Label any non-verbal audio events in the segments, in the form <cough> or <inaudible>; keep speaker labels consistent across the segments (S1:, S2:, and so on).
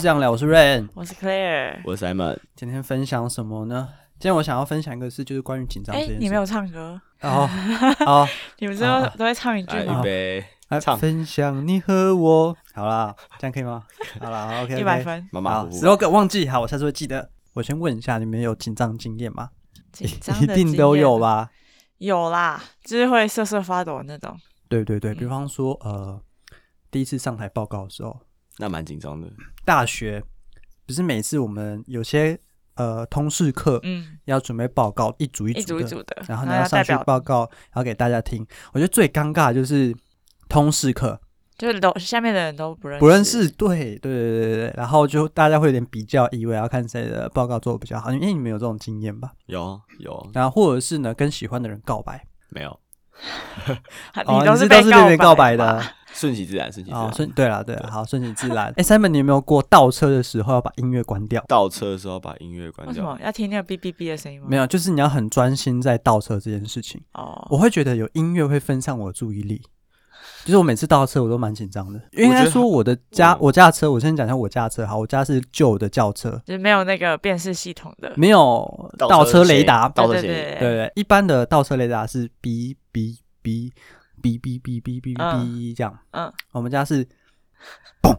S1: 酱聊，我是 Rain。
S2: 我是 Claire。
S3: 我是 Simon，
S1: 今天分享什么呢？今天我想要分享一个是，就是关于紧张
S2: 哎、
S1: 这件事。
S2: 你没有唱歌？
S1: 哦？好，
S2: 你们最
S1: 啊
S2: 后
S1: 啊
S2: 都会唱一句
S3: 来
S2: 吗
S3: 预？备，
S1: 来
S3: 唱
S1: 分享你和我。好啦，这样可以吗？好啦，OK
S2: 一百。分，
S3: 马马
S1: 好哦
S3: 虎虎。
S1: ，slogan 忘记，好，我下次会记得。我先问一下，你们有紧张经验吗？
S2: 紧张
S1: 一
S2: 的
S1: 定
S2: 经
S1: 都
S2: 验
S1: 有？吧？
S2: 有啦，就是会瑟瑟发抖的那种。
S1: 对对对，
S2: 嗯
S1: 比方说，呃，第一次上台报告的时候，
S3: 那蛮紧张的，
S1: 大学不是每次我们有些呃通识课
S2: 嗯，
S1: 要准备报告，一组一
S2: 一
S1: 组
S2: 组一
S1: 的，
S2: 组的，
S1: 然后
S2: 后
S1: 呢要
S2: 代
S1: 上去
S2: 表
S1: 报告，然后给大家听。我觉得最尴尬的就是通识课
S2: 就是都下面的人都不认识，
S1: 不认识，对对对对对，然后就大家会有点比较意味，然后看谁的报告做的比较好。因为你们有这种经验吧？
S3: 有啊有
S1: 然后或者是呢跟喜欢的人告白，
S3: 没有？
S2: 啊，
S1: 哦，
S2: 都
S1: 你
S2: 是
S1: 都是被
S2: 被
S1: 告
S2: 白
S1: 白的
S2: 吧。
S3: 顺其自然，顺其自
S1: 哦 <laughs>
S3: 然。，
S1: 顺对了对了，好顺其自 <laughs> 然。哎，Simon，你有没有过倒车的时候要把音乐关掉？
S3: 倒车的时候把音乐关
S2: 为什
S3: 掉，
S2: 么要听那个哔哔哔的声音吗？
S1: 没
S2: 有
S1: 有，就是你要很专心在倒车这件事情。我
S2: 哦，
S1: 会觉得有音乐会分散我的注意力。就是我每次倒车我都蛮紧张的，
S3: 觉得
S1: 应该说我的家
S3: 嗯
S1: 我家的车，我先讲一下我家的车。好，我家是旧的轿车，
S2: 就是没有那个辨识系统的。
S1: 没有倒车雷达。
S3: 倒车
S2: 对
S3: 协议，
S2: 对
S1: 对对，一般的倒车雷达是哔哔哔哔哔哔哔哔哔这样。
S2: 嗯，
S1: 我们家是嘣，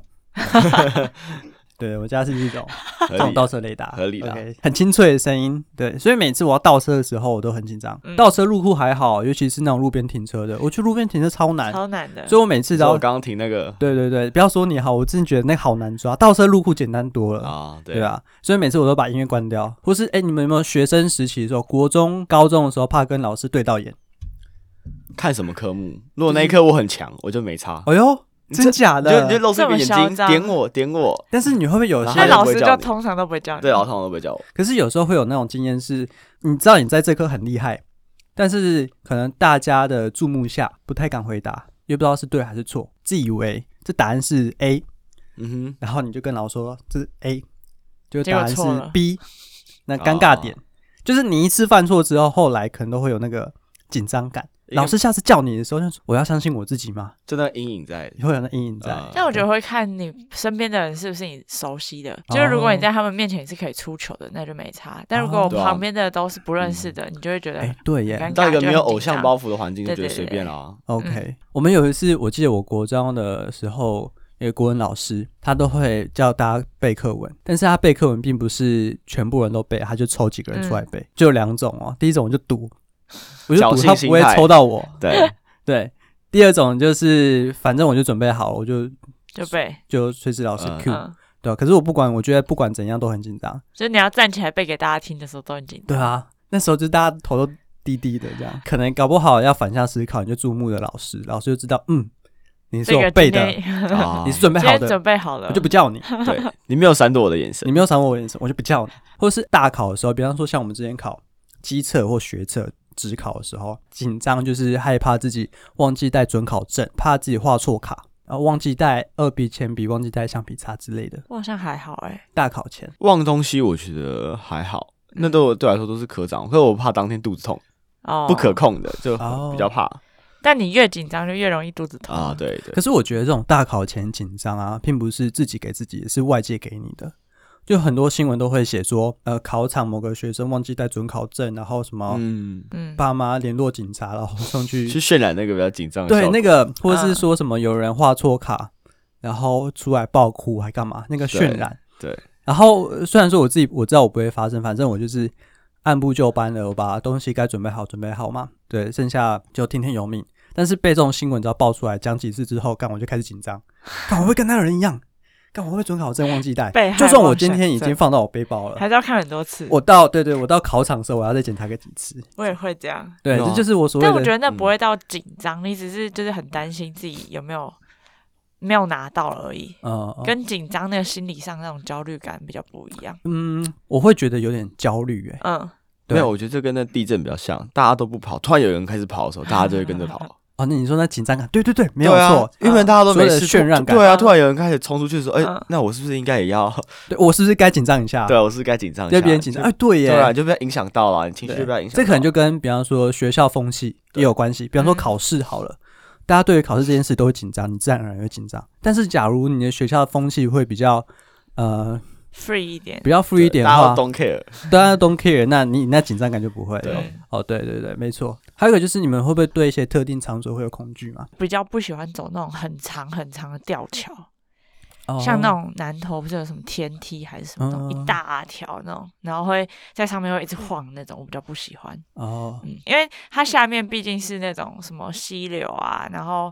S1: 对我家是这种这
S3: 合
S1: 种
S3: 理啊
S1: 倒车雷达，
S3: 合理啦
S1: OK，很清脆的声音。对，所以每次我要倒车的时候，我都很紧张。
S2: 嗯
S1: 倒车入库还好，尤其是那种路边停车的，我去路边停车超难，
S2: 超难的。
S1: 所以我每次
S3: 你
S1: 都
S3: 说我
S1: 要。
S3: 刚刚停那个
S1: 对对对，不要说你好，我真的觉得那个好难抓，倒车入库简单多了。
S3: 啊，
S1: 对，啊，所以每次我都把音乐关掉，或是哎、诶你们有没有学生时期的时候，国中、高中的时候，怕跟老师对到眼？
S3: 看什么科目？如果那一科我很强，我就没差。
S1: 哎呦，
S3: 这
S1: 真假
S3: 你就你就啊
S1: 的？
S3: 露出一个眼
S2: 这么嚣
S3: 睛，
S2: 张
S3: 点我点我，
S1: 但是你会不会有
S3: 然后
S1: 些
S2: 那
S3: 他就
S1: 人？
S2: 老
S3: 不会
S2: 师
S3: 叫
S2: 就
S3: 你
S2: 通常都不会叫你。
S3: 对，老师通常都不会叫我。
S1: 可是有时候会有那种经验是，你知道你在这科很厉害，但是可能大家的注目下不太敢回答，也不知道是对还是错，自以为这答案是 A，
S3: 嗯
S1: 然后你就跟老师说这是 A，就
S2: 结果
S1: 答案是
S2: 错了
S1: B，那尴尬点、就是你一次犯错之后，后来可能都会有那个紧张感。
S3: 一个
S1: 老师下次叫你的时候，就说我要相信我自己嘛，
S3: 哼，就那个阴影在。
S1: 会有那阴影在。
S3: 呃
S2: 但我觉得会看你身边的人是不是你熟悉的，就是如果你在他们面前是可以出糗的，那就没差。但如果我
S3: 对啊
S2: 旁边的都是不认识的，你就会觉得
S1: 哎、对耶，
S2: 很尴
S3: 到一
S2: 尬，
S3: 个
S2: 就
S3: 没有
S2: 很紧
S3: 偶像
S2: 张
S3: 包袱的环境，
S2: 对
S3: 就觉得
S2: 对
S3: 随
S2: 对
S3: 便啊啦。
S1: OK，、我嗯们有一次，我记得我国中的时候，有个国文老师，他都会叫大家背课文，但是他背课文并不是全部人都背，他就抽几个人出
S2: 嗯
S1: 来背，就有两种哦。第一种我就赌，我就
S3: 侥
S1: 赌
S3: 幸
S1: 他
S3: 心
S1: 不会
S3: 态
S1: 抽到我，
S3: 对，
S1: <laughs> 对。第二种就是，反正我就准备好了，我就
S2: 就被
S1: 就随时老师
S3: 嗯
S1: Q，、
S2: 嗯，
S1: 对、啊、可是我不管，我觉得不管怎样都很紧张，
S2: 就是你要站起来背给大家听的时候都很紧张。
S1: 对啊，那时候就大家头都低低的这
S2: <laughs>
S1: 样，可能搞不好要反向思考，你就注目的老师，老师就知道，嗯，你是
S2: 这
S1: 有
S2: 个
S1: 背
S2: 今
S1: 的，
S2: 天
S3: 啊
S1: 你是准备
S2: <laughs> 今
S1: 好
S2: 天
S1: 的，
S2: 准备好了，
S1: 我就不
S2: <laughs>
S1: 叫你，
S3: 对，你没有闪躲我的眼神
S1: 你，没有赏我眼神，我就不叫你。或是大考的时候，比方说像我们之前考机测或学测、职考的时候，紧张就是害怕自己忘记带准考证，怕自己画错卡，然后忘记带二 B 铅笔，忘记带橡皮擦之类的。
S2: 我好像还好哎，
S1: 大考前，
S3: 忘东西我觉得还好，
S2: 嗯
S3: 那对我对我来说都是可长，可是我怕当天肚子痛，
S2: 哦，
S3: 不可。控的就
S1: 哦
S3: 比较怕
S2: 但你越紧张就越容易肚子痛
S3: 啊。，对对
S1: 可，是我觉得这种大考前紧张啊，并不是自己给自己，是外界给你的。就很多新闻都会写说，呃，考场某个学生忘记带准考证，然后什么
S3: 嗯，
S2: 嗯，
S1: 爸妈联络警察，然后送去
S3: 去渲染那个比较紧张的效
S1: 对，
S3: 果。
S1: 那个或是
S2: 嗯
S1: 说什么有人画错卡，然后出来爆哭还干嘛？那个渲
S3: 对
S1: 染。
S3: 对
S1: 然后呃虽然说我自己我知道我不会发生，反正我就是按部就班的，我把东西该准备好准备好嘛。对，剩下就听天由命。但是被这种新闻只要爆出来，讲几次之后，干我就开始紧张，干我会跟那个人一样，干我会准考证忘记带
S2: 被，害
S1: 就算我
S2: 妄
S1: 今
S2: 想
S1: 天已
S2: 症
S1: 经放到我背包了，
S2: 还是要看很多次。
S1: 我到对对，我到考场的时候我要再检查个几次。
S2: 我也会这样，
S1: 对，
S3: 有
S1: 这
S3: 啊
S1: 就是我所谓
S2: 但
S1: 的。
S2: 我觉得那不
S3: 嗯
S2: 会到紧张，你只是就是很担心自己有没有没有拿到而已。
S1: 嗯，嗯
S2: 跟紧张那个心理上那种焦虑感比较不一样。
S1: 嗯，我会觉得有点焦虑、欸，
S2: 嗯，
S3: 没有，我觉得这跟那地震比较像，大家都不跑，突然有人开始跑的时候，大家就会跟着跑，
S1: 哦，那你说那紧张感，对对啊对，没有
S3: 对啊
S1: 错。
S3: 因为大家都
S1: 所
S3: 没
S1: 有的
S3: 事
S1: 渲染感
S3: 对啊，突然有人开始冲出去说，哎
S2: 嗯，
S3: 那我是不是应该也要？
S1: 对我是不是该紧张一下？
S3: <laughs> 对，啊，我是不是该紧张一下，
S1: 对别人紧张，
S3: 就
S1: 哎，，对耶，
S3: 对啊，你就被影响到了，你情绪
S1: 对
S3: 就被影响到。
S1: 这可能就跟比方说学校风气也
S3: 对
S1: 有关系。比方说
S2: 嗯
S1: 考试好了，大家对于考试这件事都会紧张，你自然而然会紧张。但是假如你的学校的风气会比较呃
S2: ，free 一点
S1: 比，较 free 一点的
S3: 大家
S1: 话
S3: 都，don't care，
S1: 大家 don't care，那你那紧张感就不会
S3: 对
S1: 了。哦，对对对，没错。还有一个就是你们会不会对一些特定场所会有恐惧嘛？
S2: 比较不喜欢走那种很长很长的吊桥，
S1: 哦
S2: 像那种南头不是有什么天梯还是什么那种、
S1: 嗯
S2: 一大条那种，然后会在上面会一直晃那种，我比较不喜欢。
S1: 哦，
S2: 嗯，因为它下面毕竟是那种什么溪流啊，然后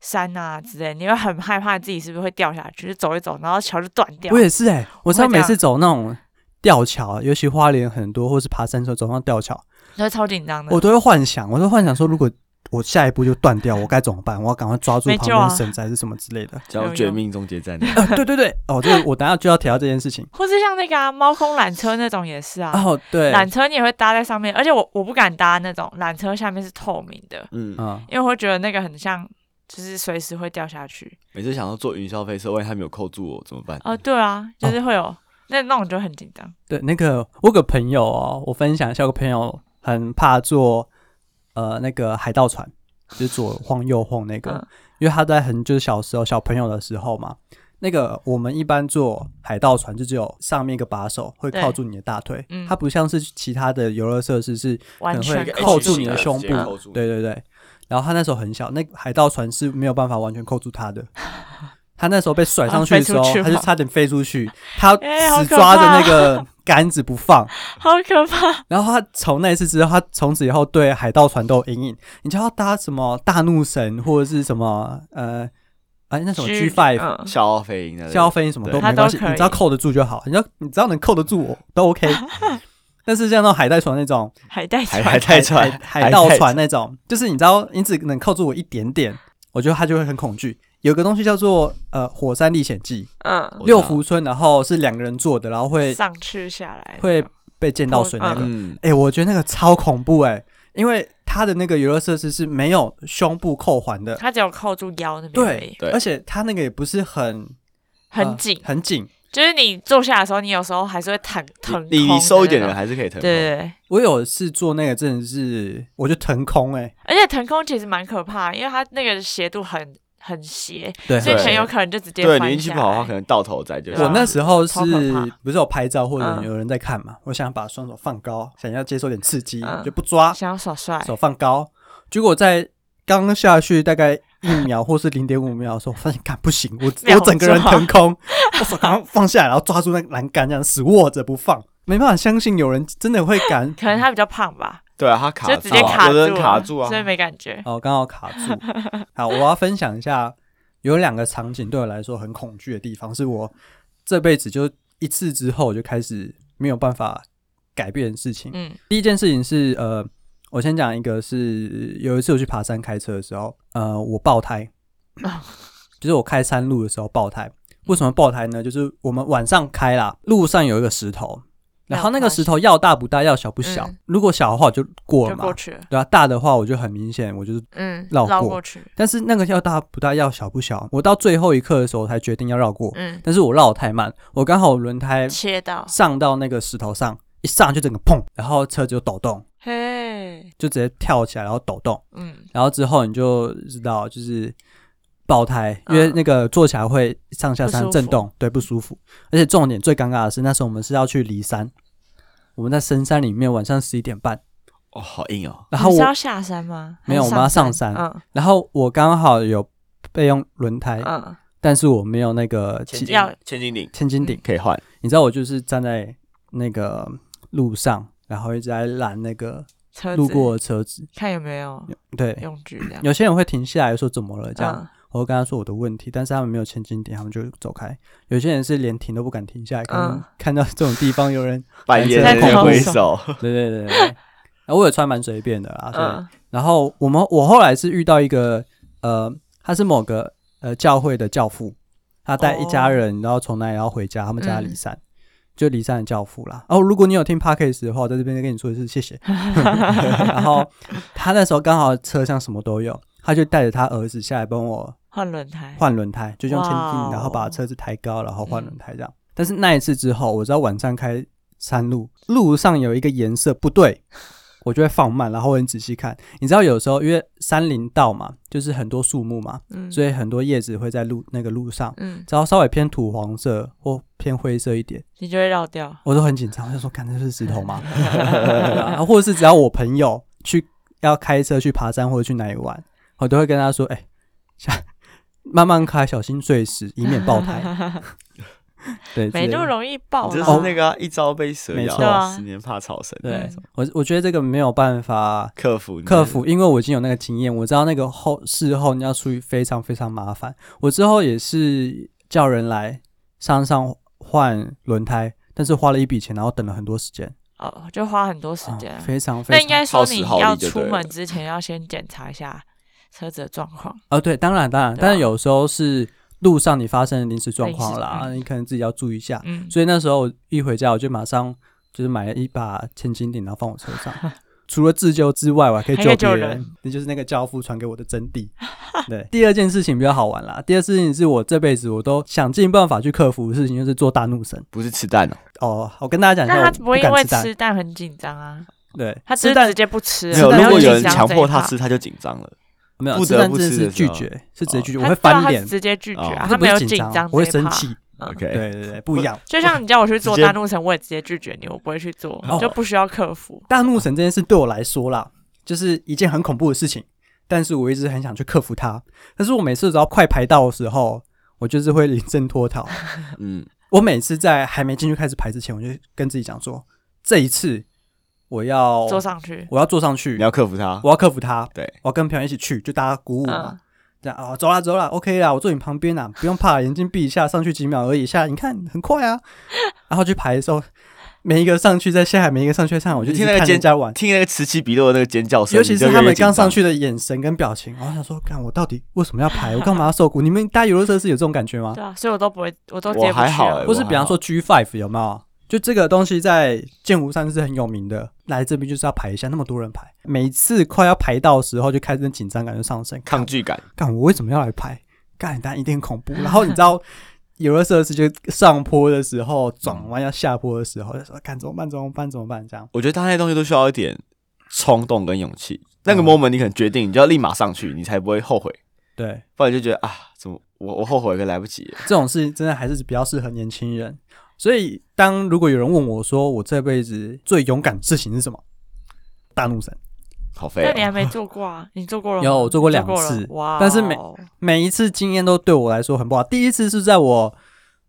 S2: 山啊之类，你会很害怕自己是不是会掉下去，就走一走，然后桥就断掉
S1: 我。也是哎、我知道
S2: 会这
S1: 每
S2: 样
S1: 次走那种吊桥，尤其花莲很多，或是爬山的时候走上吊桥，
S2: 你会超紧张的
S1: 我。都会幻想，我都幻想说，如果我下一步就断掉，我该怎么办？我要赶快抓住
S2: 没
S1: 旁
S2: 救啊
S1: 边绳子还是什么之类的。
S2: 有
S3: 叫
S2: 有
S3: 绝命终结战。
S1: 啊，对对对，哦，这个我等一下就要提到这件
S2: <laughs>
S1: 事情。
S2: 或是像那个啊，猫空缆车那种也是啊，
S1: 哦，对，
S2: 缆车你也会搭在上面，而且我我不敢搭那种缆车下面是透明的，
S3: 嗯，
S1: 嗯，
S2: 因为我会觉得那个很像，就是随时会掉下去。
S3: 每次想要坐云霄飞车，万一他没有扣住我怎么办？
S2: 哦、对啊，就是会有、那那种就很紧张。
S1: 对，那个我有个朋友哦，我分享一下，有个朋友很怕坐呃那个海盗船，就是左晃右晃那个，
S2: 嗯
S1: 因为他在很就是小时候小朋友的时候嘛，那个我们一般坐海盗船就只有上面一个把手会
S2: 对
S1: 靠住你的大腿，
S2: 嗯
S1: 它不像是其他的游乐设施是
S2: 完全
S1: 可能会
S3: 一个
S1: 扣
S3: H
S1: 住
S3: 型
S1: 你的
S3: 的
S1: 胸
S3: 直
S1: 部
S3: 接扣住，
S1: 对对对。然后他那时候很小，那个海盗船是没有办法完全扣住他的。 <laughs> 他那时候被甩上去的时候，
S2: 啊飞出去吗
S1: 他就差点飞出去，他
S2: 哎好
S1: 死
S2: 可
S1: 抓着
S2: 怕
S1: 那个杆子不放。
S2: 好可怕！
S1: 然后他从那一次之后，他从此以后对海盗船都有阴影。你叫他搭什么大怒神或者是什么呃，哎那什么 G Five、
S2: 嗯
S3: 笑傲飞鹰的，
S1: 消费什么
S3: 对
S1: 都
S2: 他
S1: 没关系，
S2: 都可以
S1: 你只要扣得住就好。你要你只要能扣得住我都 OK。但是像那种海盗船那种
S2: 海带
S3: 海
S2: 船
S3: 海带船
S1: 海、海盗船那种，就是你知道你只能扣住我一点点，我觉得他就会很恐惧。有个东西叫做呃《火山历险记
S2: 嗯，》，
S3: 我知道
S1: 六福村，然后是两个人坐的，然后会
S2: 上去下来
S1: 会被溅到水那个。
S3: 嗯，
S1: 哎、我觉得那个超恐怖哎、因为它的那个游乐设施是没有胸部扣环的，
S2: 它只有扣住腰那边而已，
S1: 对，
S3: 对
S1: 而且它那个也不是很
S2: 很
S1: 呃
S2: 紧，
S1: 很紧。
S2: 就是你坐下的时候，你有时候还是会腾腾
S3: 你
S2: 空
S3: 你收一
S2: 的
S3: 点
S2: 那
S3: 人
S2: 种，
S3: 还是可以腾
S2: 对对
S3: 空，
S2: 对。
S1: 我有次做那个真的是，我就腾空哎、
S2: 而且腾空其实蛮可怕，因为它那个斜度很很斜，
S1: 对
S2: 所以
S3: 对
S2: 很有可能就直接
S3: 对，
S2: 翻
S3: 你一起
S2: 下
S3: 跑的话，
S2: 来
S3: 可能到头再就
S2: 对
S3: 是。
S2: 啊
S1: 我那时候是
S2: 超可怕
S1: 不是有拍照或者
S2: 嗯
S1: 有人在看嘛？我想把双手放高，想要接受点刺激，
S2: 嗯
S1: 就不抓，
S2: 想要耍帅，
S1: 手放高。结果在刚下去大概一秒 <laughs> 或是零点五秒的时候，我发现干不行，我
S2: 秒
S1: 我整个人
S2: 抓
S1: 腾空，我手刚放下来，然后抓住那个栏杆，这样死握着不放。没办法相信有人真的会敢
S2: 可能他比较胖吧，
S3: 对啊，他卡
S2: 就
S3: 住
S2: 直接
S3: 啊
S2: 卡
S3: 有
S2: 住
S3: 的
S2: 了，
S3: 人卡住啊
S2: 所，以没感觉。
S1: 哦，刚好卡住。好，我要分享一下，有两个场景对我来说很恐惧的地方，是我这辈子就一次之后我就开始没有办法改变的事情。
S2: 嗯，
S1: 第一件事情是，呃，我先讲一个是，有一次我去爬山开车的时候，呃，我爆胎
S2: 啊，
S1: 就是我开山路的时候爆胎。为什么爆胎呢？就是我们晚上开啦，路上有一个石头，然后那个石头要大不大，要小不小。
S2: 嗯
S1: 如果小的话我就过
S2: 就
S1: 了嘛
S2: 过，去了，
S1: 对啊，大的话我就很明显，我就是。
S2: 嗯，
S1: 绕
S2: 绕
S1: 过
S2: 过去，
S1: 但是那个要大不大，要小不小，我到最后一刻的时候才决定要绕过，
S2: 嗯，哦
S1: 但是我绕得太慢，我刚好轮
S3: 嗯
S1: 胎
S2: 切到，
S1: 上到那个石头上，一上就整个砰，然后车子就抖动。
S2: 嘿，
S1: 就直接跳起来，然后抖动，
S2: 嗯，
S1: 然后之后你就知道就是爆胎，因
S2: 嗯
S1: 为那个坐起来会上下
S2: 不舒
S1: 山
S2: 服
S1: 震动，对，不舒服。而且重点最尴尬的是，那时候我们是要去离山，我们在深山里面，晚上十一点半，
S3: 哦，好硬哦，
S1: 然后
S2: 你是
S1: 我
S2: 要下山吗？
S1: 没有
S2: 还是
S1: 我们要
S2: 上
S1: 上哎
S2: 嗯
S1: 然后我刚好有备用轮胎，
S2: 嗯，
S1: 但是我没有那个
S3: 千
S1: 千
S3: 斤
S2: 要
S3: 千斤顶
S1: 千斤顶，
S3: 可以换，
S1: 你知道我就是站在那个路上，然后一直在拦那个
S2: 车
S1: 路
S2: 子
S1: 过的车子，
S2: 看有没有
S1: 对。
S2: 用具这样，
S1: 有些人会停下来说怎么了这样，
S2: 嗯
S1: 我会跟他说我的问题，但是他们没有前进点，他们就走开。有些人是连停都不敢停下来，可能
S2: 嗯
S1: 看到这种地方有
S2: <laughs>
S1: 人，
S3: 半夜
S1: 在
S3: 那边
S2: 空
S3: 挥
S2: 中
S3: 手，
S1: 对对对对对。啊我也穿蛮随便的啦，啊对。
S2: 嗯
S1: 然后我们我后来是遇到一个呃，他是某个呃教会的教父，他带一家人，然后从那里要回家，他们家离散，就离散的教父啦。哦，如果你有听 podcast 的话，我在这边再跟你说一次谢谢。然后他那时候刚好车上什么都有，他就带着他儿子下来帮我
S2: 换轮胎，
S1: 换轮胎，就用千
S2: 哇
S1: 斤，
S2: 哦
S1: 然后把车子抬高，然后换轮胎这样。但是那一次之后，我知道晚上开山路，路上有一个颜色不对，我就会放慢，然后我很仔细看。你知道有时候因为山林道嘛，就是很多树木嘛，
S2: 嗯，
S1: 所
S2: 以
S1: 以很多叶子会在路那个路上，
S2: 嗯，
S1: 只要稍微偏土黄色或偏灰色一点，
S2: 你就会绕掉。
S1: 我都很紧张，我 <laughs> 就说：“看，这是石头吗？” <laughs> 对啊或者是只要我朋友去要开车去爬山或者去哪里玩，我都会跟他说：“哎、下慢慢开，小心碎石，以免爆胎。
S2: <laughs>
S1: 对”
S2: 没
S1: 之类
S2: 那么
S1: 的
S2: 容易爆
S3: 你这
S2: 啦。
S3: 是那个啊一朝被蛇
S1: 没
S3: 咬
S1: 错
S2: 啊，
S3: 十年怕草绳。
S1: 对
S2: 嗯，
S1: 我我觉得这个没有办法
S3: 克服你的
S1: 克服，因为我已经有那个经验，我知道那个后事后你要处理非常非常麻烦。我之后也是叫人来山上换轮胎，但是花了一笔钱，然后等了很多时间，
S2: 哦，就花很多时
S1: 啊
S2: 间啊。
S1: 非常非
S2: 那
S1: 常
S2: 应该说
S3: 耗时
S2: 你
S3: 耗力
S2: 要
S3: 就
S2: 出
S3: 对
S2: 门
S3: 了
S2: 之前要先检查一下车子的状况。
S1: 哦，对，当然当然，
S2: 对
S1: 但
S2: 啊
S1: 是有时候是路上你发生临时状况啦，
S2: 临时
S1: 啊你可能自己要注意一下。
S2: 嗯，
S1: 所以那时候我一回家，我就马上就是买了一把千斤顶，然后放我车
S2: <laughs>
S1: 上。除了自救之外，我还可以
S2: 还可以
S1: 救别
S2: 救人
S1: 人，那就是那个教父传给我的真
S2: <laughs>
S1: 谛。对，第二件事情比较好玩啦。第二事情是我这辈子我都想尽办法去克服的事情，就是做大怒神。
S3: 不是吃蛋哦，
S1: 哦，我跟大家讲一
S2: 那
S1: 下，
S2: 他
S1: 我
S2: 不会因
S1: 敢
S2: 为
S1: 吃蛋
S2: 吃，蛋很紧张啊，
S1: 对，
S2: 他只
S1: 吃
S2: 是
S1: 蛋
S2: 直接不吃。啊
S3: 没有。
S1: 蛋
S2: 然后
S3: 如果
S1: 就
S3: 有
S2: 紧
S3: 人
S2: 张
S3: 强
S2: 这
S3: 迫
S2: 一
S3: 他
S2: 趴
S3: 吃，，他就紧张了。
S1: 没有
S3: 不
S1: 吃
S3: 得
S1: 蛋
S3: 不
S1: 真的
S3: 吃
S1: 是
S3: 的
S1: 拒
S3: 时候
S1: 绝，是直接拒绝，
S2: 他
S1: 我会
S2: 知道
S1: 翻
S2: 他
S1: 脸，
S2: 直接拒绝啊，
S3: 哦
S1: 这
S2: 他
S1: 不
S2: 没
S1: 是
S2: 有
S1: 紧
S2: 紧
S1: 张，
S2: 张，
S1: 我会生气。。
S2: 嗯
S3: OK，
S1: 对对对，不一样。
S2: 就像你叫我去做
S3: 直接
S2: 大怒神，我也直接拒绝你，我不会去做
S1: 哦，
S2: 就不需要克服。
S1: 大怒神这件事对我来说啦，就是一件很恐怖的事情，但是我一直很想去克服它。但是我每次只要快排到的时候，我就是会临阵脱逃。
S3: 嗯，
S1: 我每次在还没进去开始排之前，我就跟自己讲说，这一次我要
S2: 坐上去，
S1: 我要坐上去
S3: 你，要克服他。
S1: 我要克服它。
S3: 对，
S1: 我要跟朋友一起去，就大家鼓舞嘛
S2: 嗯。，
S1: 这样啊、走啦走啦，OK 啦，我坐你旁边啦，不用怕，眼睛闭一下，上去几秒而已，下来你看很快啊。然后去排的时候，每一个上去再下来，每一个上去再上来，我就
S3: 你听
S1: 一直
S3: 那个
S1: 看
S3: 尖
S1: 人家玩。
S3: 听那个此起彼落的那个尖叫声，
S1: 尤其
S3: 你
S1: 是
S3: 就
S1: 他
S3: 越来
S1: 们
S3: 越紧张
S1: 刚上去的眼神跟表情，哦我想说，看我到底为什么要
S3: <laughs>
S1: 排？我干嘛要受苦？你们搭游乐设施有这种感觉吗？
S2: 对啊，所以我都不会，我都直
S3: 我
S2: 接不
S3: 还
S2: 去啊
S3: 好
S2: 了
S3: 欸
S1: 或是比方说 G Five 有没有？就这个东西在剑湖山是很有名的，来这边就是要排一下，那么多人排，每次快要排到的时候就开始那紧张感就上升，
S3: 抗拒感，
S1: 干我为什么要来排？干，但一定很恐怖。然后你知道 <laughs> 游乐设施就上坡的时候，转弯要下坡的时候，就说干怎么办？怎么办？怎么办？这样。
S3: 我觉得他那些东西都需要一点冲动跟勇气。那个
S1: 嗯
S3: moment 你可能决定，你就要立马上去，你才不会后悔，
S1: 对，
S3: 不然你就觉得啊，怎么我我后悔可来不及了。
S1: 这种事情真的还是比较适合年轻人。所以，当如果有人问我说我这辈子最勇敢的事情是什么，大怒神，
S3: 好废
S2: 那你还
S3: 哦，
S2: 没做过啊？你做过了吗？
S1: 有我做过两
S2: 你了
S1: 次
S2: 哇！哦
S1: 但是每每一次经验都对我来说很不好。第一次是在我，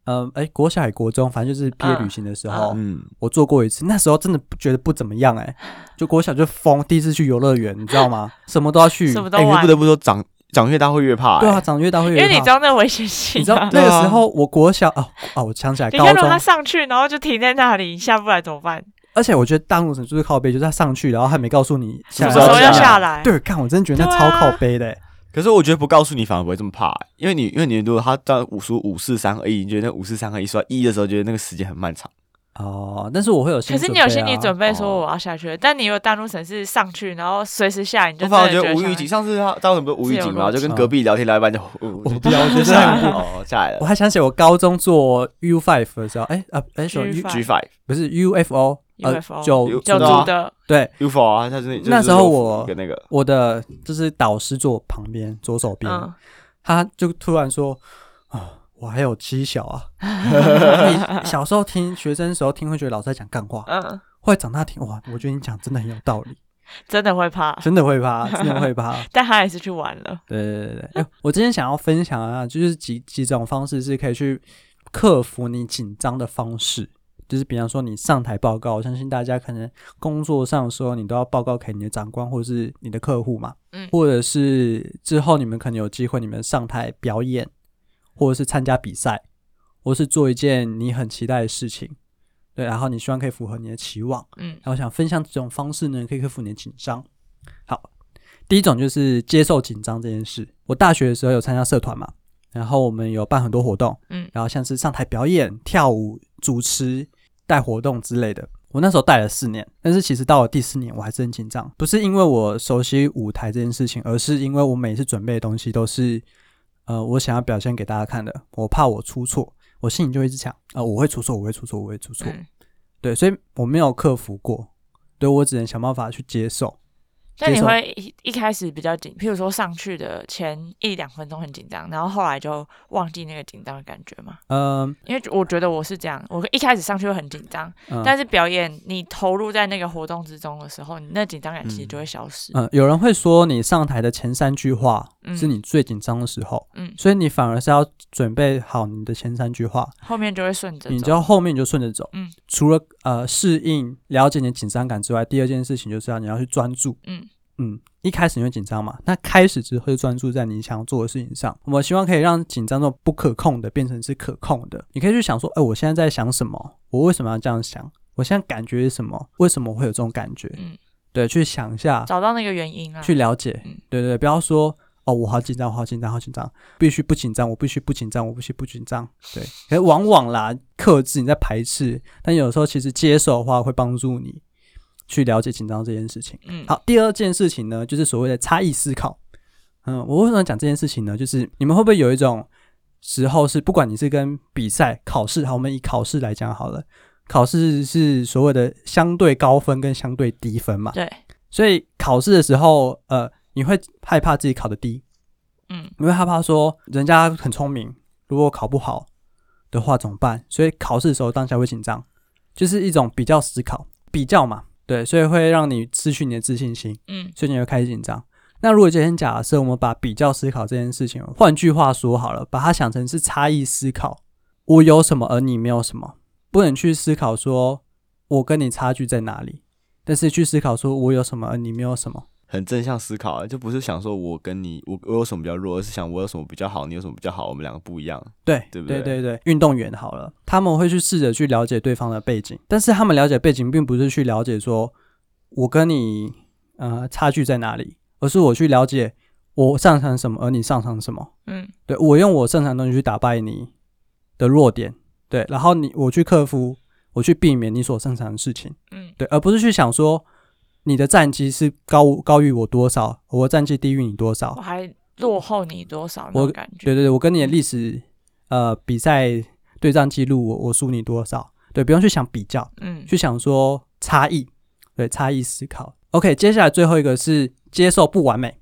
S1: 嗯、呃，哎，国小还国中，反正就是毕业旅行的时候，
S3: 嗯，
S1: 我做过一次。那时候真的不觉得不怎么样、哎，就国小就疯，第一次去游乐园，你知道吗？什么都要去
S2: 什，么都
S3: 哎，你
S2: 玩
S3: 不，得不说长长越大会越怕，
S1: 对啊，
S3: 哎，
S1: 长越大会
S2: 因
S1: 越
S2: 为你
S1: 怕
S2: 知道那危险性
S1: 你知道
S2: 啊。
S1: 那
S3: 对
S1: 个
S3: 啊
S1: 时候我国小哦哦，我想起来，
S2: 你
S1: 高
S2: 看，如
S1: 中
S2: 果他上去，然后就停在那里，你下不来怎么办？
S1: 而且我觉得大怒神就是靠背，就是他上去，然后还没告诉你
S3: 什
S1: 下
S3: 么
S2: 什
S1: 来
S2: 么时候要
S3: 下
S2: 下来？
S1: 对，看我真的觉得那
S2: 对
S1: 超
S2: 啊
S1: 靠背的欸、
S3: 可是我觉得不告诉你反而不会这么怕，哎因为你因为你如果他到五数五四三二一，你觉得那五四三二一说到一的时候，觉得那个时间很漫长，
S1: 哦，但是我会有心、
S2: 可
S1: 理
S2: 是你有心理
S1: 准
S2: 准备说
S3: 哦
S2: 我要下去了，但你有大怒神是上去，然后随时下来，你就真
S3: 我
S2: 的
S3: 反而
S2: 觉
S3: 觉
S2: 得
S3: 得无
S2: 像
S3: 预警。上次他当时不是无预
S2: 自由
S3: 警嘛，
S2: 落
S3: 就跟
S1: 体
S3: 隔壁聊天聊一半就，呃
S1: <laughs> 我
S3: 我
S1: 不要我觉
S3: <laughs>
S1: 得
S3: 下来
S1: 很
S3: 了，哦下来
S1: <laughs> 备。我
S3: 了
S1: 还想起我高中做 U Five 的时候，哎、啊哎、什么 U
S2: G5
S3: ，G five
S1: 不是 UFO 呃
S2: UFO
S1: 九
S2: 救
S3: 知
S1: 道
S3: 道
S2: 助
S3: 啊
S2: 的，
S1: 对，
S3: UFO 啊，他就是
S1: 那时候我
S3: 跟那个
S1: 我的就是导师坐旁边左手边，
S2: 嗯，
S1: 他就突然说啊。我还有七小
S2: <laughs>
S1: 啊！你小时候听学生时候听会觉得老师在讲干话，
S2: 嗯，
S1: 后来长大听哇，我觉得你讲真的很有道理，
S2: 真的会怕，
S1: 真的会怕，真的会怕。
S2: 但他也是去玩了。
S1: 对对对对，哎、我今天想要分享啊，就是几几种方式是可以去克服你紧张的方式，就是比方说你上台报告，我相信大家可能工作上的时候你都要报告给你的长官或是你的客户嘛，
S2: 嗯
S1: 或者是之后你们可能有机会你们上台表演，或者是参加比赛，或是做一件你很期待的事情，对，然后你希望可以符合你的期望。
S2: 嗯，
S1: 那我想分享几种方式呢，可以克服你的紧张。好，第一种就是接受紧张这件事。我大学的时候有参加社团嘛，然后我们有办很多活动，
S2: 嗯
S1: 然后像是上台表演、跳舞、主持、带活动之类的。我那时候带了四年，但是其实到了第四年，我还是很紧张，不是因为我熟悉舞台这件事情，而是因为我每次准备的东西都是，呃，我想要表现给大家看的，我怕我出错，我心里就一直想，啊、我会出错，我会出错，我会出错，
S2: 嗯
S1: 对，所以我没有克服过。对我只能想办法去接受。
S2: 但你
S1: 接受
S2: 会一一开始比较紧，譬如说上去的前一两分钟很紧张，然后后来就忘记那个紧张的感觉嘛。
S1: 嗯、
S2: 因为我觉得我是这样，我一开始上去会很紧张，
S1: 嗯
S2: 但是表演你投入在那个活动之中的时候，你那紧张感其实就会消失。
S1: 嗯，有人会说你上台的前三句话
S2: 嗯
S1: 是你最紧张的时候，
S2: 嗯
S1: 所以你反而是要准备好你的前三句话，
S2: 后面就会顺着
S1: 你
S2: 走。
S1: 就后面你就顺着走。
S2: 嗯，
S1: 除了呃适应、了解你的紧张感之外，第二件事情就是要你要去专注。
S2: 嗯
S1: 嗯，一开始你会紧张嘛，那开始之后就专注在你想要做的事情上。我们希望可以让紧张这种不可控的变成是可控的，你可以去想说，哎、我现在在想什么？我为什么要这样想？我现在感觉是什么？为什么会有这种感觉？
S2: 嗯，
S1: 对，去想一下，
S2: 找到那个原因啊。
S1: 去了解。
S2: 嗯
S1: 对对，不要说哦，我好紧张，我好紧张，好紧张，必须不紧张，我必须不紧张，我必须不紧
S2: <laughs>
S1: 张。对，可是往往啦，克制你在排斥，但有时候其实接受的话会帮助你去了解紧张这件事情。
S2: 嗯，
S1: 好，第二件事情呢，就是所谓的差异思考。嗯，我为什么讲这件事情呢？就是你们会不会有一种时候是，不管你是跟比赛、考试，好，我们以考试来讲好了，考试是所谓的相对高分跟相对低分嘛，
S2: 对，
S1: 所以考试的时候，呃，你会害怕自己考得低，
S2: 嗯
S1: 你会害怕说人家很聪明，如果考不好的话怎么办？所以考试的时候当下会紧张，就是一种比较思考，比较嘛，对，所以会让你失去你的自信心。
S2: 嗯
S1: 所以你会开始紧张。那如果今天假设我们把比较思考这件事情，换句话说好了，把它想成是差异思考，我有什么而你没有什么，不能去思考说我跟你差距在哪里，但是去思考说我有什么而你没有什么。
S3: 很正向思考啊，就不是想说我跟你我我有什么比较弱，而是想我有什么比较好，你有什么比较好，我们两个不一样。
S1: 对
S3: 对不
S1: 对
S3: 对
S1: 对对，运动员好了，他们会去试着去了解对方的背景，但是他们了解背景，并不是去了解说我跟你呃差距在哪里，而是我去了解我擅长什么，而你擅长什么。
S2: 嗯
S1: 对我用我擅长的东西去打败你的弱点，对，然后你我去克服，我去避免你所擅长的事情，
S2: 嗯
S1: 对，而不是去想说你的战绩是高高于我多少，我的战绩低于你多
S2: 我
S1: 少，
S2: 还落后你多少那种感觉。
S1: 对对对，我跟你的历史呃比赛对战记录，我我输你多少，对，不用去想比较，
S2: 嗯
S1: 去想说差异，对，差异思考。OK，接下来最后一个是接受不完美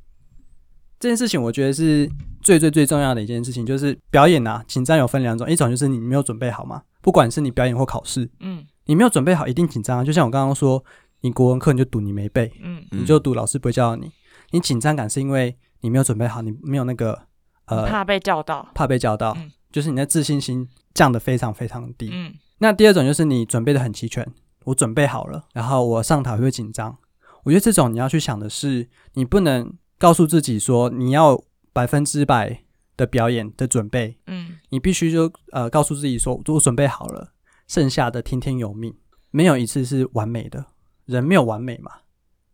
S1: 这件事情，我觉得是最最最重要的一件事情，就是表演啊，紧张有分两种，一种就是你没有准备好嘛，不管是你表演或考试，
S2: 嗯
S1: 你没有准备好一定紧张啊。就像我刚刚说，你国文课你就赌你没背，
S2: 嗯，
S1: 你就赌老师不会教你，你紧张感是因为你没有准备好，你没有那个呃
S2: 怕被叫到。
S1: 怕被教到
S2: 嗯，
S1: 就是你的自信心降得非常非常低。
S2: 嗯
S1: 那第二种就是你准备的很齐全，我准备好了，然后我上台会紧张。我觉得这种你要去想的是，你不能告诉自己说你要百分之百的表演的准备，
S2: 嗯
S1: 你必须就呃告诉自己说我准备好了，剩下的听天由命，没有一次是完美的，人没有完美嘛。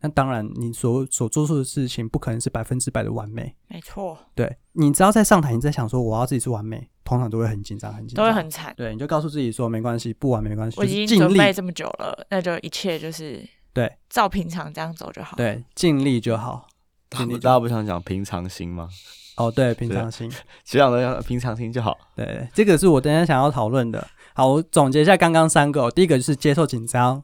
S1: 那当然，你所所做出的事情不可能是百分之百的完美。
S2: 没错，
S1: 对你只要在上台，你在想说我要自己是完美，通常都会很紧张，很紧
S2: 都
S1: 张，
S2: 会很惨。
S1: 对，你就告诉自己说没关系，不完美没关系，
S2: 我
S1: 就
S2: 已
S1: 是
S2: 经
S1: 尽
S2: 准
S1: 力，
S2: 备这么久了，那就一切就是
S1: 对
S2: 照平常这样走就好。，
S1: 对，尽力就好。
S3: 大
S1: 尽力就
S3: 大家
S1: 好
S3: 不想讲平常心吗？
S1: 哦，对，平
S3: 对
S1: 常心，
S3: 只想讲平常心就好。
S1: 对，这个是我等一下想要讨论的。好，我总结一下刚刚三个哦、第一个就是接受紧张，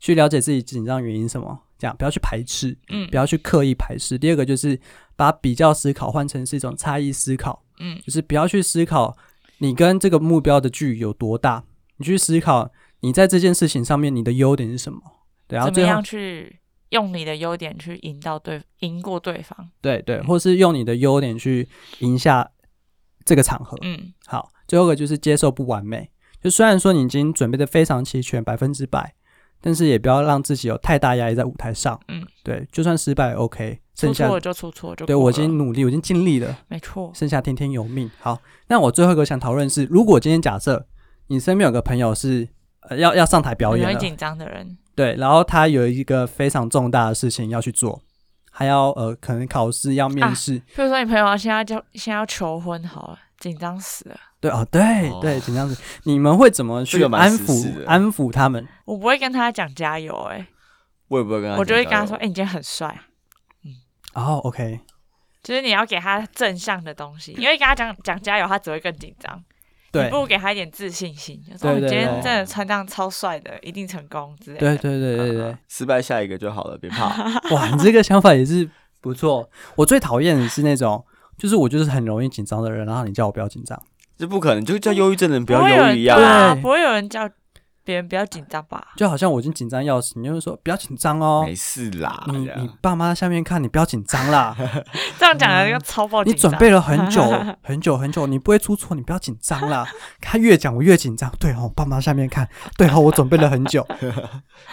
S1: 去了解自己紧张原因是什么，这样不要去排斥，
S2: 嗯
S1: 不要去刻意排斥。第二个就是把比较思考换成是一种差异思考，
S2: 嗯
S1: 就是不要去思考你跟这个目标的距离有多大，你去思考你在这件事情上面你的优点是什么。对，然后
S2: 怎
S1: 最
S2: 么
S1: 后
S2: 样去用你的优点去赢到对赢过对方？
S1: 对对，或是用你的优点去赢下这个场合。
S2: 嗯
S1: 好，最后一个就是接受不完美。就虽然说你已经准备的非常齐全，百分之百，但是也不要让自己有太大压力在舞台上。
S2: 嗯，
S1: 对，就算失败也 OK，
S2: 出
S1: 剩下
S2: 错就出错就过了。
S1: 对我已经努力，我已经尽力了，
S2: 没错。
S1: 剩下听天由命。好，那我最后一个想讨论是，如果今天假设你身边有个朋友是、呃、要要上台表
S2: 很容
S1: 演
S2: 易
S1: 了，
S2: 紧张的人，
S1: 对，然后他有一个非常重大的事情要去做，还要呃可能考试要面
S2: 啊
S1: 试，
S2: 比如说你朋友现在就现在要求婚好了，紧张死了。
S1: 对哦，对
S3: 哦
S1: 对，紧张子，你们会怎么
S3: 这
S1: 去
S3: 个蛮
S1: 安
S3: 时事
S1: 抚
S3: 的
S1: 安抚他们？
S2: 我不会跟他讲加油、欸，
S3: 我也不会跟他，
S2: 我就会跟他说，哎、，你今天很帅。
S1: 哦，OK， <laughs>
S2: 就是你要给他正向的东西，因为跟他讲讲加油，他只会更紧张。
S1: 对
S2: 你不如给他一点自信心，就说
S1: 对
S2: 我
S1: 对
S2: 今天
S1: 对
S2: 真的穿这样超帅的，一定成功之类的。
S1: 对对对对对，
S3: 失败下一个就好了，别
S2: <laughs>
S3: 怕。
S1: 哇，你这个想法也是不错。我最讨厌的是那种，就是我就是很容易紧张的人，然后你叫我不要紧张。
S3: 这不可能，就叫忧郁症的人不
S2: 不会有
S3: 要忧
S2: 人
S3: 郁一样
S2: 对啊，
S1: 对
S2: 不会有人叫别人不要紧张吧？
S1: 就好像我已经紧张要死，你就会说不要紧张
S3: 啊，
S1: 哦，
S3: 没事啦，
S1: 你
S3: 这
S1: 你
S3: 样
S1: 爸妈在下面看你不要紧张
S3: <laughs>
S1: 啦，
S2: 这样讲的又超爆
S1: 你
S2: 紧张。
S1: 准备了很久很久很久，你不会出错，你不要紧张啦。他越讲我越紧张，对哦，爸妈下面看，对哦，我准备了很久。
S3: <laughs>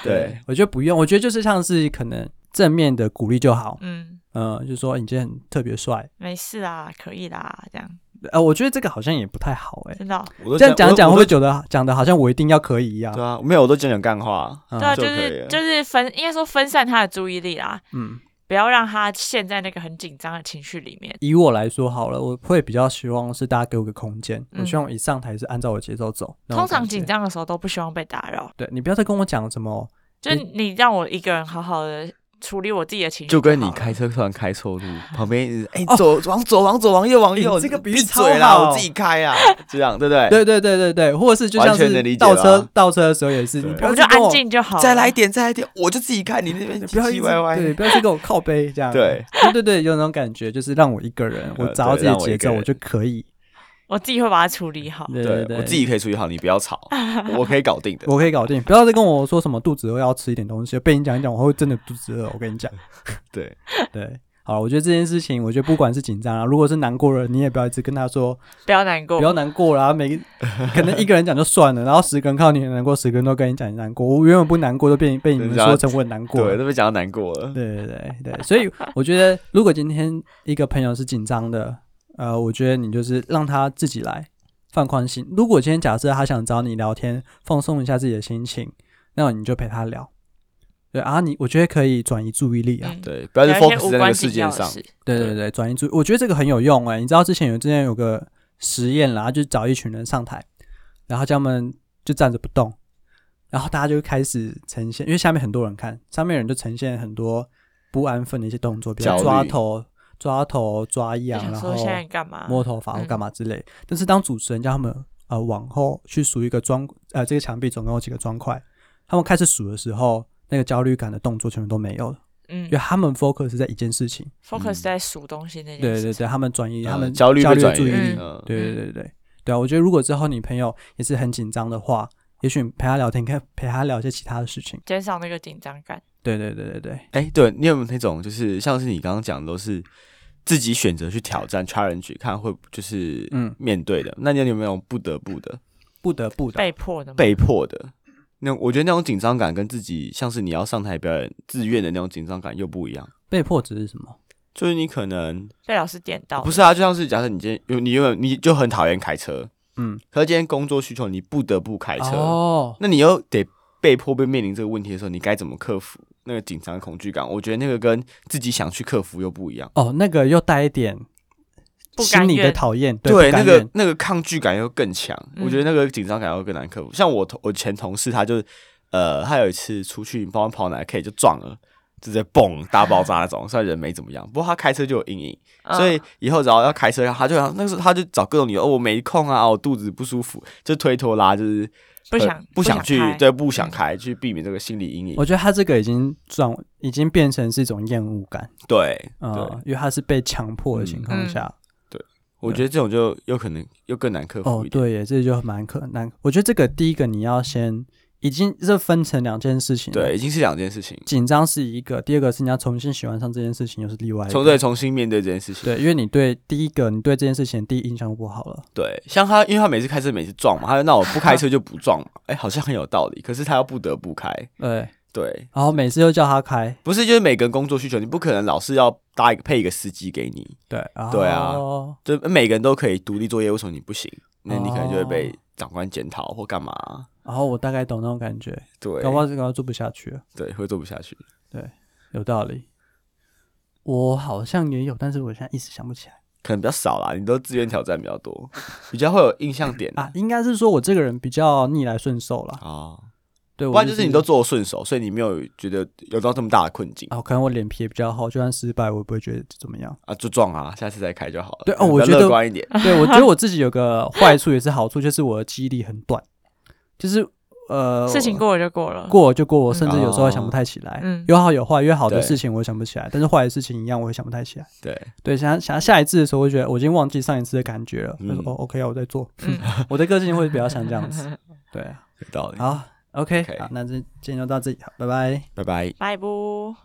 S3: 对，
S1: 我觉得不用，我觉得就是像是可能正面的鼓励就好，
S2: 嗯，
S1: 嗯、就说、哎你今天很特别帅，
S2: 没事啦，可以啦，这样
S1: 呃，我觉得这个好像也不太好哎、
S2: 真的哦、
S3: 我都
S1: 这样讲讲会不
S3: 我
S1: 会
S3: 都
S1: 觉得讲的好像我一定要可以一样？
S3: 对啊，没有，我都讲讲干话。
S1: 嗯
S2: 对啊，
S3: 就
S2: 就
S3: 可以
S2: 是
S3: 了
S2: 就是分，应该说分散他的注意力啦，
S1: 嗯，
S2: 不要让他陷在那个很紧张的情绪里面。
S1: 以我来说好了，我会比较希望是大家给我个空间，
S2: 嗯
S1: 我希望一上台是按照我节奏走。那种
S2: 通常
S1: 感觉
S2: 紧，张的时候都不希望被打扰，
S1: 对你不要再跟我讲什么，
S2: 就是你让我一个人好好的处理我自己的情绪
S3: 就
S2: 好了，
S3: 跟你开车突然开错
S1: <laughs>
S3: 路，旁边一直哎
S1: 哦
S3: 左往左往左往右往右，
S1: 你这个比喻
S3: 闭
S1: 超
S3: 嘴啦，
S1: 好
S3: 我自己开啊，这样对不对？
S1: 对对对对对，或者是就像
S3: 完全能理
S1: 是
S3: 解
S1: 倒车
S3: 啦
S1: 倒车的时候也是，
S3: 对
S1: 你不
S2: 我
S1: 要
S2: 们就
S1: 再跟
S2: 安
S1: 我，
S2: 静就好了。
S3: 再来一点，再来一点，我就自己开，你那边
S1: 不要一直
S3: 唧唧歪歪。
S1: 啊对，不要再跟我靠背这样。
S3: 对
S1: 对对对，有那种感觉，就是让我一个人，我
S3: 呃
S1: 找到
S3: 对
S1: 自己的
S3: 让我
S1: 节
S3: 一个
S1: 奏，我
S3: 人
S1: 就可以。
S2: 我自己会把它处理好。
S1: 对
S3: 对
S1: 对，
S3: 我自己可以处理好，你不
S1: <laughs>
S3: 要吵，我可以搞定的。
S1: 我可以搞定，不要再跟我说什么肚子饿要吃一点东西，被你讲一讲，我会真的肚子饿。我跟你讲，
S3: 对，
S1: 对，好，我觉得这件事情，我觉得不管是紧张啊，如果是难过了，你也不要一直跟他说
S2: 不要难过，
S1: 不要难过啦，每个可能一个人讲就算了，然后十个人看到你很难过，十个人都跟你讲你难过，我原本不难过，都被被你们
S3: 人家
S1: 说成我很难过
S3: 对，
S1: 了。
S3: 都被讲到难过了。
S1: 对对对对，所以我觉得，如果今天一个朋友是紧张的，呃，我觉得你就是让他自己来放宽心。如果今天假设他想找你聊天，放松一下自己的心情，那你就陪他聊。对啊，你我觉得可以转移注意力啊。
S2: 嗯，
S3: 对，不要去
S2: 聊一些
S3: focus
S2: 无
S3: 在那
S2: 关
S3: 个
S2: 紧
S3: 事
S2: 要
S3: 件
S2: 的
S3: 上。
S2: 事
S1: 对对对，转移注意，我觉得这个很有用哎、你知道之前有之前有个实验啦，就找一群人上台，然后叫他们就站着不动，然后大家就开始呈现，因为下面很多人看，上面人就呈现很多不安分的一些动作，比如
S3: 焦虑
S1: 抓头、抓头、抓
S2: 就
S1: 痒，
S2: 想
S1: 然后
S2: 说现在啊嗯干嘛？
S1: 摸头发或干嘛之类。但是当主持人叫他们呃往后去数一个砖，呃这个墙壁总共有几个砖块，他们开始数的时候，那个焦虑感的动作全部都没有了，
S2: 嗯
S1: 因为他们 focus 在一件事情。
S2: ，focus 在数东西那件
S1: 对
S2: 事
S1: 对
S2: 情。
S1: 对，他们转移
S3: 嗯
S1: 他们
S3: 焦虑
S1: 焦
S3: 被
S1: 虑的
S3: 转移
S1: 注意
S2: 了
S1: 力
S2: 嗯。
S3: 嗯，
S1: 对对对对对啊！我觉得如果之后你朋友也是很紧张的话，也许你陪他聊天，可以陪他聊一些其他的事情。
S2: 减少那个紧张感。
S1: 对对对对对，
S3: 哎，对你有没有那种，就是像是你刚刚讲的，都是自己选择去挑战 challenge，看会就是
S1: 嗯，
S3: 面对的。那你有没有不得不的、
S1: 不得不的，
S2: 被迫的嘛，
S3: 被迫的？那我觉得那种紧张感跟自己像是你要上台表演自愿的那种紧张感又不一样。
S1: 被迫只是什么？
S3: 就是你可能
S2: 被老师点到的，
S3: 不是啊，就像是假设你今天你原本你就很讨厌开车，
S1: 嗯，
S3: 可是今天工作需求你不得不开车，
S1: 哦，
S3: 那你又得被迫被面临这个问题的时候，你该怎么克服那个紧张恐惧感？我觉得那个跟自己想去克服又不一样，
S1: 哦，那个又带一点
S2: 不
S1: 心
S2: 甘
S1: 理的
S2: 愿
S1: 讨厌，
S3: 对，
S1: 不
S3: 那
S1: 甘
S3: 个
S1: 愿
S3: 那个抗拒感又更强。
S2: 嗯
S3: 我觉得那个紧张感又更难克服。像我同我前同事，他就呃，他有一次出去帮我跑哪 K 就撞了。就直接蹦大爆炸那种，虽然人没怎么样，不过他开车就有阴影，
S2: 嗯
S3: 所以以后只要要开车，他就那个时候他就找各种理由，哦，我没空啊，我肚子不舒服，就推脱啦，就是
S2: 不
S3: 呃
S2: 想
S3: 不想去，
S2: 开
S3: 对，不想
S2: 嗯
S3: 开，去避免这个心理阴影。
S1: 我觉得他这个已经转，已经变成是一种厌恶感
S3: 对，
S1: 啊、
S3: 对
S1: 呃，因为他是被强迫的情况
S2: 嗯
S1: 下。
S3: 我觉得这种就有可能又更
S2: 嗯
S3: 难克服
S1: 哦
S3: 一，点。
S1: 对耶，这就蛮可难。我觉得这个第一个你要先，已经这分成两件事情了。
S3: 对，已经是两件事情，
S1: 紧张是一个，第二个是你要重新喜欢上这件事情，又是另外一
S3: 重
S1: 个。
S3: 对重新面对这件事情。
S1: 哎对，因为你对第一个，你对这件事情的第一印象就不好了。
S3: 对，像他，因为他每次开车每次撞嘛，他就那我不开车就不撞嘛， <laughs> 哎，好像很有道理。可是他又不得不开，
S1: 对，
S3: 对，
S1: 然后每次又叫他开，
S3: 不是就是每个人工作需求，你不可能老是要搭一个配一个司机给你，
S1: 对，然后
S3: 对啊就每个人都可以独立作业，为什么你不行？那你可能就会被
S1: 哦
S3: 长官检讨或干嘛，
S1: 然后我大概懂那种感觉，
S3: 对
S1: 搞，不好这个做不下去了，
S3: 对，会做不下去。
S1: 有道理。我好像也有，但是我现在一时想不起来
S3: 可能比较少啦，你都自愿挑战比较多，比较会有印象点
S1: 啊啊。应该是说我这个人比较逆来顺受啦。
S3: 哦，
S1: 对，
S3: 不然就是你都做得顺手，所以你没有觉得有到这么大的困境
S1: 啊，可能我脸皮也比较好，就算失败我也不会觉得怎么样。
S3: 啊，就撞啊，下次再开就好了。
S1: 对哦
S3: 比
S1: 我
S3: 较
S1: 觉
S3: 乐
S1: 得
S3: 观一点。
S1: <laughs> 对，我觉得我自己有个坏处也是好处，就是我的记忆力很短，就是呃，
S2: 事情过了就过了，
S1: 过就过，我甚至
S3: 嗯
S1: 有时候还想不太起来。
S2: 嗯
S1: 有好有坏，因为好的
S3: 对
S1: 事情我也想不起来，但是坏的事情一样我也想不太起来。
S3: 对，
S1: 对，想想下一次的时候，我会觉得我已经忘记上一次的感觉了。
S3: 嗯
S1: 他说：“哦，OK 啊，我在做。
S3: <laughs>
S2: 嗯
S1: 我的个性会比较像这样
S2: <laughs>
S1: 子。对，
S3: 有道理。
S1: 好，OK，,
S3: OK
S1: 好，那这今天就到这里，好，拜拜。
S3: 拜拜。
S2: 拜不。